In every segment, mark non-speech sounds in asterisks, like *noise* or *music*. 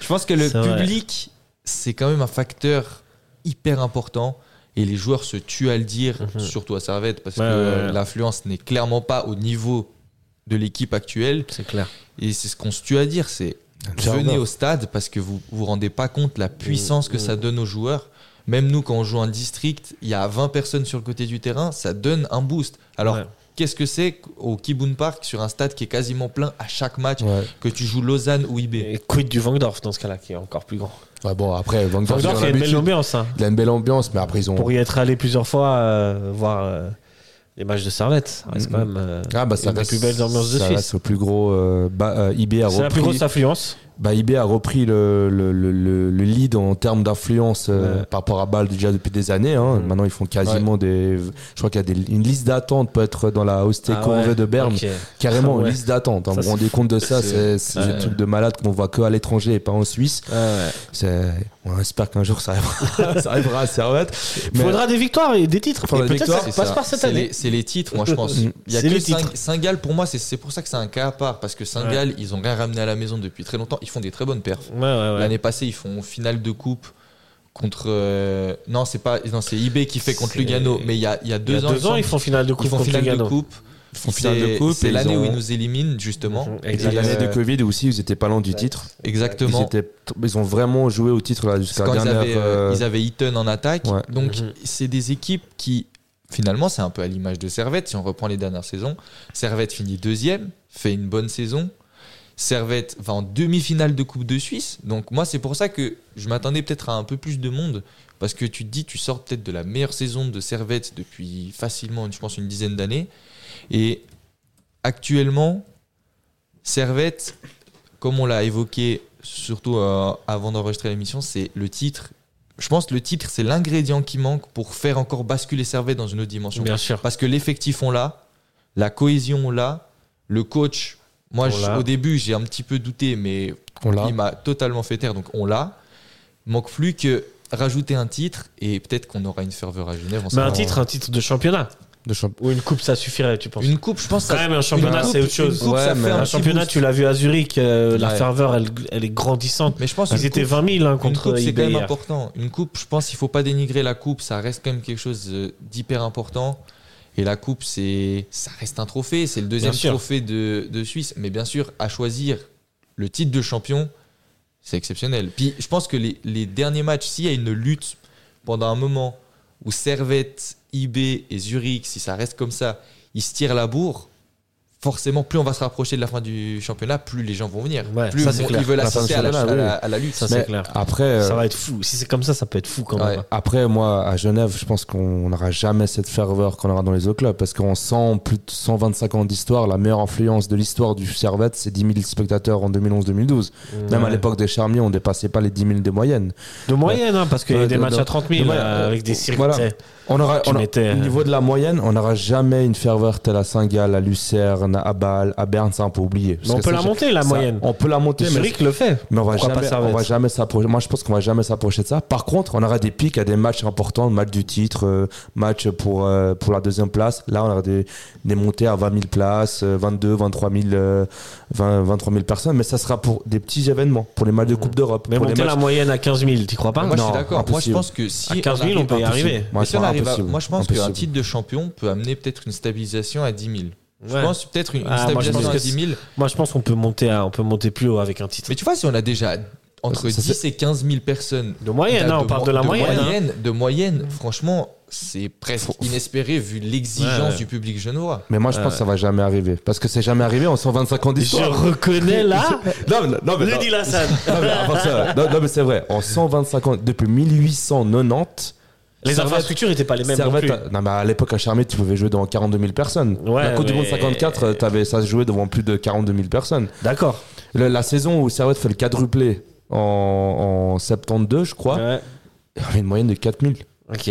Je pense que le C'est vrai. public, c'est quand même un facteur hyper important. Et les joueurs se tuent à le dire, Mhm. surtout à Servette, parce Ouais, que euh, ouais, ouais. l'influence n'est clairement pas au niveau de l'équipe actuelle. C'est clair. Et c'est ce qu'on se tue à dire, c'est venez au stade parce que vous vous rendez pas compte la puissance que Mm, ça donne aux joueurs. Même nous, quand on joue en district, il y a 20 personnes sur le côté du terrain, ça donne un boost. Alors, Ouais. qu'est-ce que c'est au Kibun Park sur un stade qui est quasiment plein à chaque match, Ouais. que tu joues Lausanne ou IB Et quid du Vangdorf dans ce cas-là, qui est encore plus grand. Ouais, bon, après, Van Gorder, Vangdorf, il y a une belle ambiance. hein. il a une belle ambiance, mais après, ils ont. Pour y être allé plusieurs fois, euh, voir euh, les matchs de Servette, ça reste Mhm. quand même. euh, Ah, bah, ça Une des reste- plus belles ambiances de ça Suisse. reste le plus gros. euh, bah, euh, IB a c'est la plus repris- grosse affluence. bah, IB a repris le, le, le, le- le lead en termes d'influence euh, Ouais. par rapport à Bâle déjà depuis des années. hein. Mm. Maintenant, ils font quasiment des. Je crois qu'il y a des- une liste d'attente peut être dans la Hosté Ah Corvée ouais, de Berne. ok. Carrément, Ah ouais. une liste d'attente. Ça, hein. Vous vous c'est rendez compte de ça C'est c'est- c'est ouais. des trucs de malade qu'on voit que à l'étranger et pas en Suisse. Ouais, ouais. C'est- On espère qu'un jour ça arrivera, *laughs* ça arrivera à Servette. Il faudra des victoires et des titres. Faudra Et des peut-être victoires, ça C'est passe ça. par cette C'est année. les- C'est les titres, moi, je pense. *laughs* Mm. Il y a C'est que les titres. Saint- Saint-Gall, pour moi, c'est c'est pour ça que c'est un cas à part. Parce que Saint-Gall, ils ont rien ramené à la maison depuis très longtemps. Ils font des très bonnes perfs. Ouais, ouais, ouais. L'année passée, ils font finale de coupe contre. euh, Non, c'est pas. Non, c'est IB qui fait contre C'est- Lugano. Mais il y a, il y a Il y deux a ans. deux ans, ils font finale de coupe ils font contre finale de Lugano. coupe. Ils font finale de C'est- coupe et C'est ils l'année ont- où ils nous éliminent, justement. Mhm, Et l'année Euh, de Covid aussi, ils étaient pas loin du titre. Ils, Exactement. étaient, ils ont vraiment joué au titre là jusqu'à Parce quand la ils dernière. avaient, euh, euh, ils avaient Eaton en attaque. Ouais. Donc, Mhm. c'est des équipes qui, finalement, c'est un peu à l'image de Servette. Si on reprend les dernières saisons, Servette finit deuxième, fait une bonne saison. Servette va en demi-finale de Coupe de Suisse. Donc, moi, c'est pour ça que je m'attendais peut-être à un peu plus de monde. Parce que tu te dis, tu sors peut-être de la meilleure saison de Servette depuis facilement, je pense, une dizaine d'années. Et actuellement, Servette, comme on l'a évoqué surtout euh, avant d'enregistrer l'émission, c'est le titre. Je pense que le titre, c'est l'ingrédient qui manque pour faire encore basculer Servette dans une autre dimension. Bien sûr. Parce que l'effectif, on l'a, la cohésion, on l'a, le coach. Moi, On je- l'a. au début, j'ai un petit peu douté, mais on l'a. il m'a totalement fait taire, donc on l'a. Manque plus que rajouter un titre et peut-être qu'on aura une ferveur à Genève. on Mais sait un pas. titre, un titre de championnat. de champ- Ou une coupe, ça suffirait, tu penses Une coupe, je pense. que Quand ça- même, un championnat, une coupe- c'est autre chose. une coupe, Ouais, ça mais fait un Un petit championnat, boost. tu l'as vu à Zurich, euh, la Ouais. ferveur, elle, elle est grandissante. Mais je pense Ils qu'une étaient coupe- 20 000 hein, Une contre coupe, c'est IB quand même hier. important. Une coupe, je pense qu'il faut pas dénigrer la coupe. Ça reste quand même quelque chose euh, d'hyper important. Et la coupe, c'est, ça reste un trophée. C'est le deuxième Bien sûr. trophée de, de Suisse. Mais bien sûr, à choisir le titre de champion, c'est exceptionnel. Puis je pense que les, les derniers matchs, s'il y a une lutte pendant un moment où Servette, IB et Zurich, si ça reste comme ça, ils se tirent la bourre. Forcément, plus on va se rapprocher de la fin du championnat, plus les gens vont venir. Ouais, plus ça, c'est ils clair. veulent La fin du assister à la, championnat, à la- oui. à la lutte. Ça, c'est Mais clair. Après, Ça euh, va être fou. Si c'est comme ça, ça peut être fou quand même. Ouais. hein. après moi à Genève, je pense qu'on n'aura jamais cette ferveur qu'on aura dans les autres clubs parce qu'on sent plus de 125 ans d'histoire. La meilleure influence de l'histoire du Servette, c'est 10 000 spectateurs en 2011-2012. Même à Ouais. l'époque des Charmiers, on dépassait pas les 10 000 de moyenne. hein. De moyenne, hein, parce qu'il y a Ouais, des de- matchs de- à 30 000 de- ouais, euh, euh, avec des cirques. voilà. tu sais. On aura, Tu on a- mettais, euh, Au niveau de la moyenne, on n'aura jamais une ferveur telle à Saint-Gall, à Lucerne, à Bâle, à Berne, ça on peut oublier. Parce Mais on que peut ça, la j'ai- monter, la ça, moyenne. On peut la monter, mais, Zurich le fait. mais on va Pourquoi pas jamais, Servette on va jamais s'approcher. Moi, je pense qu'on va jamais s'approcher de ça. Par contre, on aura des pics à des matchs importants, match du titre, euh, match pour euh, pour la deuxième place. Là, on aura des, des montées à 20 000 places, euh, 22, 23 000, euh, 20, 23 000 personnes. Mais ça sera pour des petits événements, pour les matchs de Mmh. Coupe d'Europe, Mais pour les monter matchs. la moyenne à 15 000, t'y crois pas Ah, Moi, je Non, suis d'accord. Moi, je impossible. pense que si. À 15 000, on peut y à- arriver. Mais Moi, si je on pense arrive à- impossible. moi, je pense qu'un Impossible. titre de champion peut amener peut-être une stabilisation à 10 000. Je Ouais. pense peut-être une, une Ah, moi, je stabilisation pense à que 10 000. Moi, je pense qu'on peut monter, à- on peut monter plus haut avec un titre. Mais tu vois, si on a déjà entre Ça, ça, 10 et 15 000 personnes. De moyenne, de- hein, on parle de la moyenne. hein. De moyenne, franchement, c'est presque inespéré vu Ouais, l'exigence ouais. du public genevois. Mais moi, je pense que ça va jamais arriver. Parce que c'est jamais arrivé en 125 ans Je d'histoire. reconnais là *laughs* Non, mais- non, mais non. Lady Lassane. Non, mais avant ça, non, non, mais c'est vrai. En 125 ans, depuis 1890, Les Servette- infrastructures n'étaient pas les mêmes. Non Servette- euh, plus. non, mais à l'époque, à Charmé, tu pouvais jouer devant 42 000 personnes. Ouais, la Coupe du mais- Monde 54, t'avais, ça se jouait devant plus de 42 000 personnes. D'accord. Le- la saison où Servette fait le quadruplé en, en 72, je crois, Ouais. il y avait une moyenne de 4 000. Ok.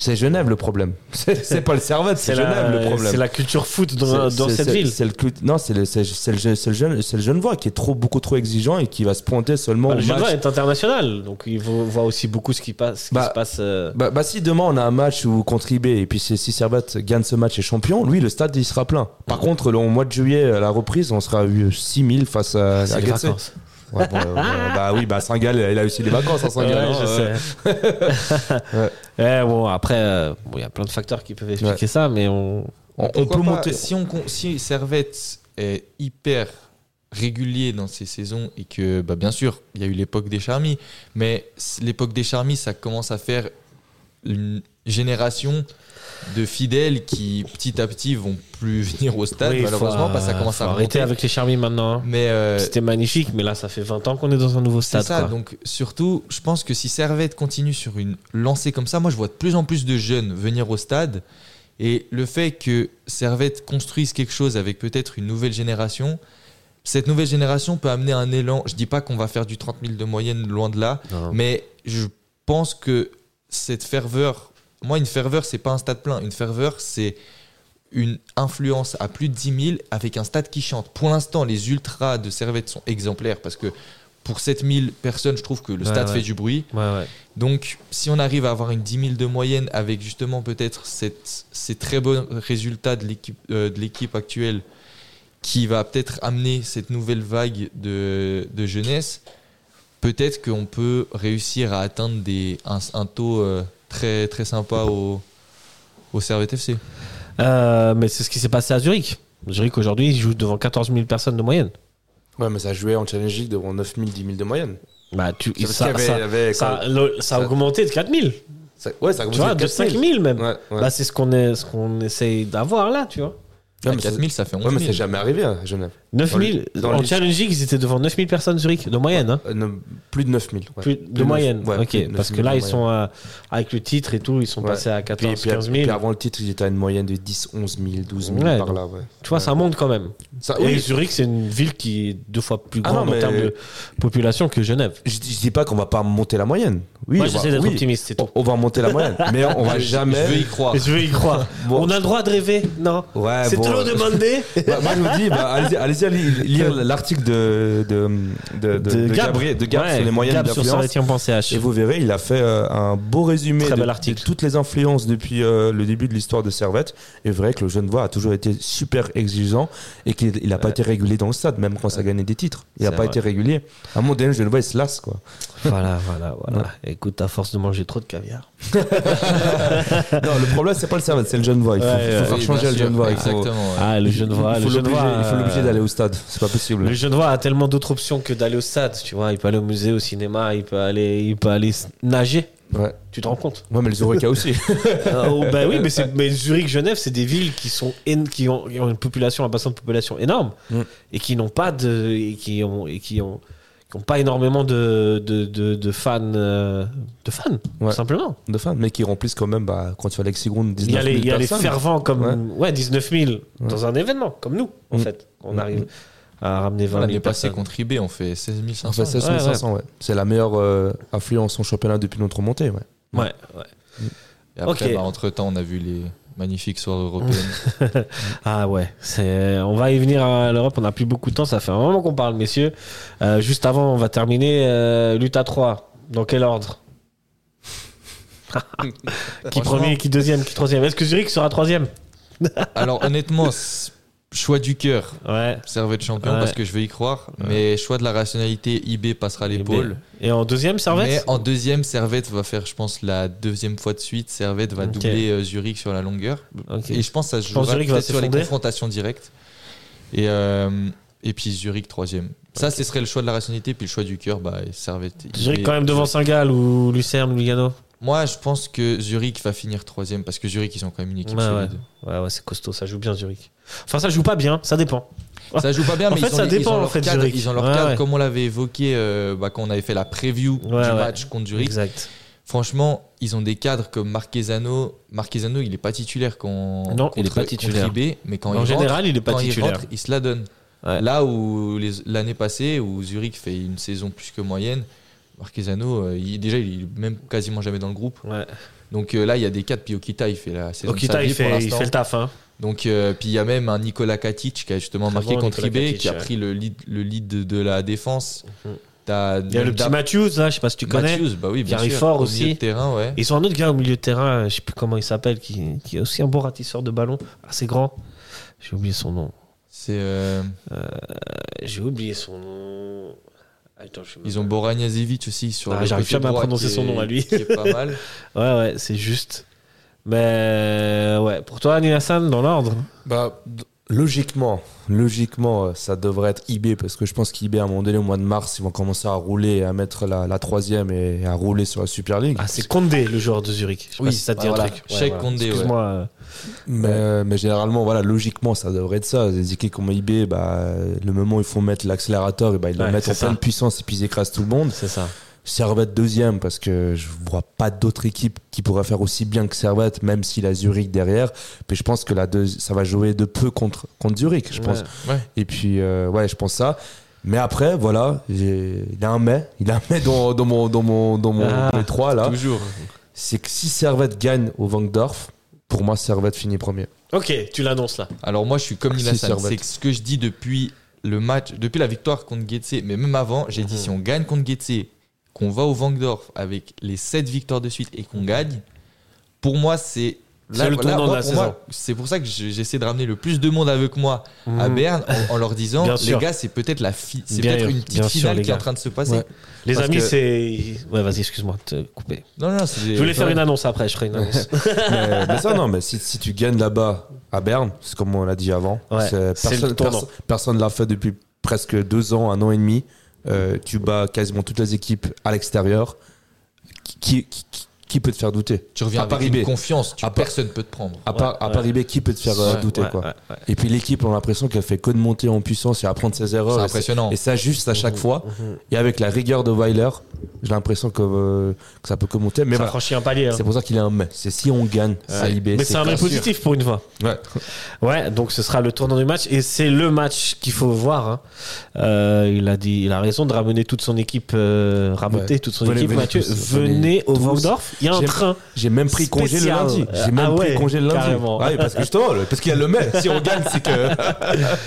C'est Genève le problème. *laughs* C'est c'est pas le Servette, c'est C'est la, Genève le problème. c'est la culture foot dans, C'est- dans c'est- cette c'est- ville. c'est le clou- non, c'est le, c'est- c'est le, jeune- c'est le jeune, c'est le Genevois qui est trop, beaucoup trop exigeant et qui va se pointer seulement Bah, au le Genevois match. est international, donc il vo- voit aussi beaucoup ce qui, passe, ce qui Bah, se passe. euh, Bah, bah, si demain on a un match où contribuer et puis si, si Servette gagne ce match et champion, lui le stade il sera plein. Par contre, le, au mois de juillet à la reprise, on sera à 6000 face à, à c'est les Getse. vacances. Ouais, bon, *laughs* euh, ouais, bah oui, bah Saint-Gall, il a aussi les vacances à Saint-Gall. Ouais, hein, je euh, sais. Ouais, bon, après, euh, bon, il y a plein de facteurs qui peuvent expliquer ça, mais on. On, on Pourquoi peut pas- monter. euh, Si, on, con- si Servette est hyper régulier dans ses saisons et que, bah, bien sûr, il y a eu l'époque des Charmis, mais s- l'époque des Charmis, ça commence à faire une génération de fidèles qui, petit à petit, vont plus *laughs* venir au stade, Oui, faut- euh, malheureusement, parce que ça commence faut à arrêter remonter. avec les charmis maintenant. hein. Mais euh, C'était magnifique, mais là, ça fait 20 ans qu'on est dans un nouveau c'est stade. ça. quoi. Donc, surtout, je pense que si Servette continue sur une lancée comme ça, moi, je vois de plus en plus de jeunes venir au stade. Et le fait que Servette construise quelque chose avec peut-être une nouvelle génération, cette nouvelle génération peut amener un élan. Je dis pas qu'on va faire du 30 000 de moyenne, loin de là, Non. mais je pense que cette ferveur, moi, une ferveur, c'est pas un stade plein. Une ferveur, c'est une influence à plus de 10 000 avec un stade qui chante. Pour l'instant, les ultras de Servette sont exemplaires parce que pour 7 000 personnes, je trouve que le Ouais, stade ouais. fait du bruit. Ouais, ouais. Donc, si on arrive à avoir une 10 000 de moyenne avec justement peut-être cette- ces très bons résultats de l'équipe euh, de l'équipe actuelle qui va peut-être amener cette nouvelle vague de, de jeunesse, peut-être qu'on peut réussir à atteindre des, un, un taux euh, très, très sympa au, au Servette FC. Euh, mais c'est ce qui s'est passé à Zurich. Zurich, aujourd'hui, il joue devant 14 000 personnes de moyenne. Ouais, mais ça jouait en Challenge League devant 9000, 10 000 de moyenne. Bah, tu, C'est parce ça, qu'il y avait- il y ça, ça- avait quand- le- ça a ça- augmenté de 4 000. ça- ouais, ça a Tu commencé vois, à de 5 000 même. Ouais, ouais. Bah, c'est ce qu'on est, ce qu'on essaye d'avoir là, tu vois. Ouais, À mais ça- 4 000, ça fait 11 ouais, 000. mais c'est jamais arrivé hein, à Genève. 9000 Dans le- dans en le- Challenge League, ils étaient devant 9000 personnes Zurich de moyenne hein. Euh, ne- plus de 9000. ouais. Plus- de neuf- moyenne. ouais, plus de OK, neuf parce que mille là de ils sont euh, avec le titre et tout, ils sont Ouais. passés à Puis, 14 puis- 15 puis 000. avant le titre, ils étaient à une moyenne de 10, 11 000, 12 000 Ouais, par donc- là. Ouais. Tu vois, ça monte quand même. Ça, Et oui, Zurich, c'est une ville qui est deux fois plus Ah grande non, en mais- termes de population que Genève. je, je dis pas qu'on va pas monter la moyenne. Oui, Moi, on va- j'essaie d'être oui, optimiste, c'est tout. On, on va monter la moyenne, mais on va jamais. Ah, Je veux y croire. Je veux y croire. Oh. *laughs* Bon. On a le droit de rêver, non Ouais, C'est bon, trop euh, demandé. Bah, moi, je vous dis, bah, allez-y, allez-y, allez lire l'article de, de, *laughs* de, de- de Gabriel- de Gab Ouais, sur les moyens Gab sur d'influence. Saint-Étienne.ch. Et vous verrez, il a fait euh, un beau résumé Très de, bel de article. toutes les influences depuis euh, le début de l'histoire de Servette. Et vous verrez que le Genevois a toujours été super exigeant et qu'il n'a pas été régulier dans le stade, même quand ça gagnait des titres. Il n'a C'est pas vrai. été régulier. À un moment donné, le Genevois, il se lasse. Quoi. Voilà, voilà, voilà. Écoute, à force de manger trop de caviar. non, le problème, c'est pas le Servette, c'est le Genevois. Il faut, Ouais, faut ouais, faire Oui, changer bien le sûr, Genevois. Il faut, Exactement. ouais. Ah, le il- Genevois, il le faut l'obliger- Genevois. il faut l'obliger euh, d'aller au stade. C'est pas Le possible. Genevois a tellement d'autres options que d'aller au stade, tu vois. Il peut aller au musée, au cinéma, il peut aller, il peut aller s- nager. Ouais. Tu te rends *laughs* compte Ouais, mais le Zurich aussi. *laughs* Euh, oh, Ben oui, mais, c'est- mais Zurich, Genève, c'est des villes qui sont en- qui, ont, qui ont une population, un bassin de population énorme Mm. et qui n'ont pas de et qui ont et qui ont qui ont pas énormément de de, de, de fans euh, de fans tout Ouais. simplement. de fans, mais qui remplissent quand même, bah, quand tu vas à l'Hexagon, 19 Il y a 000 les, il y a les personnes. fervents comme ouais. 19 000 dans un événement comme nous en Mm. fait. On Mm. arrive à ramener 20 L'année 000 passée, personnes. contribué, on fait 16 On fait 500. 16 Ouais, 500, ouais. C'est la meilleure euh, influence en championnat depuis notre montée. Ouais. Ouais, ouais. Et après, Ok. bah, entre-temps, on a vu les magnifiques soirées européennes. Ah ouais, c'est on va y venir à l'Europe, on n'a plus beaucoup de temps, ça fait un moment qu'on parle messieurs. Euh, juste avant, on va terminer euh, lutte à 3. Dans quel ordre Qui Franchement. premier, qui deuxième, qui troisième Est-ce que Zurich sera troisième Alors honnêtement, c- choix du cœur, Ouais. Servette champion Ouais. parce que je vais y croire, mais choix de la rationalité, IB passera l'épaule. Et en deuxième, Mais Servette en deuxième, Servette va faire, je pense, la deuxième fois de suite, Servette va Ok. doubler euh, Zurich sur la longueur. Ok. Et je pense que ça se Je pense jouera Zurich va peut-être sur les s'effondrer. confrontations directes. Et, euh, et puis Zurich troisième. Ça, ce serait le choix de la rationalité, puis le choix du cœur, bah, Servette. IB. Zurich quand même devant Saint-Gall ou Lucerne ou Lugano Moi, je pense que Zurich va finir troisième parce que Zurich, ils sont quand même une équipe Ouais, solide. Ouais, ouais, c'est costaud, ça joue bien Zurich. Enfin, ça joue pas bien, ça dépend. Ça joue pas bien, En mais fait, ils, ont, ça les- ils dépend, ont en leur fait, cadre, Zurich. ils ont leur Ouais, cadre, ouais. comme on l'avait évoqué euh, bah, quand on avait fait la preview Ouais, du ouais. match contre Zurich. Exact. Franchement, ils ont des cadres comme Marquezano. Marquezano, il est pas titulaire quand Non, il est contre- pas titulaire. contre IB, mais quand en il rentre, général, il est pas quand il titulaire. rentre, il se la donne. Ouais. Là où les- l'année passée, où Zurich fait une saison plus que moyenne, Marquezano, euh, il- déjà, il est même quasiment jamais dans le groupe. Ouais. Donc euh, là, il y a des cadres. Puis Okita, il fait la saison de sa Okita, vie il pour fait, il l'instant. fait le taf. Hein. Donc, euh, puis il y a même un Nicolas Katic qui a justement Très marqué bon, contre Nicolas IB, Katic, qui a ouais. pris le lead, le lead de, de la défense. Mhm. T'as Il y a le petit Matthews, là, je sais pas si tu connais. Matthews, bah oui, qui bien arrive sûr, fort au aussi. milieu de terrain, ouais. Ils ont un autre gars au milieu de terrain, euh, je sais plus comment il s'appelle, qui, qui est aussi un bon ratisseur de ballon, assez grand. J'ai oublié son nom. C'est euh, Euh, J'ai oublié son nom. Attends, je sais même Ils ont pas. Boranyazevic aussi sur Ah, le j'arrive côté jamais à droit prononcer qui son est- nom à lui. qui est pas mal. Ouais, ouais, c'est juste. Mais euh, ouais, pour toi, Nina San, dans l'ordre Bah, d- logiquement, logiquement, euh, ça devrait être IB parce que je pense qu'IB, à un moment donné, au mois de mars, ils vont commencer à rouler, à mettre la, la troisième et à rouler sur la Super League. Ah, c'est Condé, le joueur de Zurich. Je sais pas Oui, si ça te dit bah un voilà. truc. Cheikh Koundé, ouais. Excuse-moi. euh, Mais, euh, mais généralement, voilà, logiquement, ça devrait être ça. Les équipes comme IB, bah, euh, le moment où ils font mettre l'accélérateur, et bah, ils Ouais, le mettent c'est en ça. pleine puissance et puis ils écrasent tout le monde. *laughs* C'est ça. Servette deuxième parce que je vois pas d'autre équipe qui pourrait faire aussi bien que Servette, même si la Zurich derrière. Puis je pense que la deux, ça va jouer de peu contre, contre Zurich, je pense. Ouais. Ouais. Et puis, euh, ouais, je pense ça. Mais après, voilà, j'ai- il a un mais. Il a un mais dans, dans mon, dans mon, dans mon Ah. mes trois, là. Toujours. C'est que si Servette gagne au Vangdorf, pour moi, Servette finit premier. Ok, tu l'annonces là. Alors moi, je suis comme Ah, Nilassan. si, Servette. C'est que ce que je dis depuis le match, depuis la victoire contre Getse, mais même avant, j'ai dit Mhm. si on gagne contre Getse, qu'on va au Vangdorf avec les 7 victoires de suite et qu'on gagne, pour moi, c'est C'est le tournant de la pour moi, C'est pour ça que je- j'essaie de ramener le plus de monde avec moi à Mhm. Berne en, en leur disant Bien les sûr. gars, c'est peut-être la fi- c'est Bien peut-être sûr, une petite bien sûr, finale les qui est en gars. train de se passer. Ouais. Les Parce amis, que- c'est. Ouais, vas-y, excuse-moi, te couper. Non, non, c'est- Je voulais faire une annonce après, je ferai une *laughs* annonce. mais, mais ça, non, mais si, si tu gagnes là-bas à Berne, c'est comme on l'a dit avant, Ouais, c'est- c'est le personne tournant. perso- personne ne l'a fait depuis presque deux ans, un an et demi. Euh, tu bats quasiment toutes les équipes à l'extérieur. Qui, qui, qui- qui peut te faire douter Tu reviens À avec Paris une B. confiance, tu, À part- personne peut te prendre. À, part, à ouais. Paris B, qui peut te faire euh, Ouais, douter Ouais, quoi. ouais, ouais. Et puis l'équipe, on a l'impression qu'elle fait que de monter en puissance et apprendre ses erreurs. C'est et impressionnant. Et s'ajuste à chaque fois. Mhm. Et avec la rigueur de Weiler, j'ai l'impression que, euh, que ça peut que monter. Mais Ça voilà, franchit un palier. hein. c'est pour ça qu'il est un mais. C'est si on gagne, à IB. Mais c'est un clair. mec positif pour une fois. Ouais. Ouais, donc ce sera le tournant du match et c'est le match qu'il faut voir. hein. Euh, il a dit, il a raison de ramener toute son équipe, euh, raboter Ouais. toute son Venez, équipe. venez Mathieu, tous, venez venez au tous. Vordorf. Il y a un J'aime- train. J'ai même pris congé le Spécial. lundi. J'ai même Ah ouais, pris congé le lundi. carrément. Ah oui, parce que justement, le- parce qu'il y a le mai. Si on gagne, c'est que.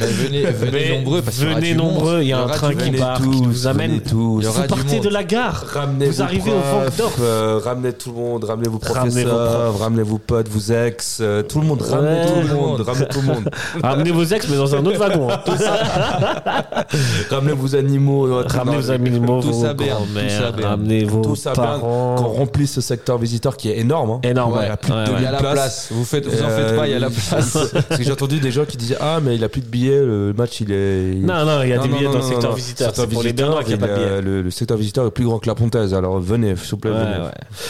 Mais venez, venez Mais nombreux parce qu'il y aura venez du monde. nombreux, *laughs* il y a un aura train du qui monde. part, qui nous amène. venez tous. Il y aura Vous du partez monde. de la gare. Ramenez vous vos arrivez au profs, Vangdorf. euh, ramenez tout le monde, ramenez vos professeurs, Ramenez ramenez vos vos, potes, vos ex, euh, tout le monde, ramenez Ouais. tout le monde, ramenez tout le monde, Ramenez vos ex, mais dans un autre wagon. hein. *laughs* ramenez vos animaux, euh, tout- Ramenez non, vos animaux, Tous vos à Berne, tous à grands-mères, Berne. ramenez vos tout ça bien, qu'on parents. remplisse ce secteur visiteur qui est énorme. hein. Énorme. Ouais, ouais. il y a plus de Ouais, Il y ouais. a la Place. place. Vous, faites, vous en faites pas, il y a la Euh, place. *laughs* Parce que j'ai entendu des gens qui disaient Ah, mais il a plus de billets, le match il est. il- Non, non, il y a des billets dans le secteur non. visiteur. Secteur C'est pour les visiteur, Bernois qu'il n'y a pas de il, billets. euh, Le, le secteur visiteur est plus grand que la Pontaise, alors venez, s'il vous plaît, Ouais, venez. ouais.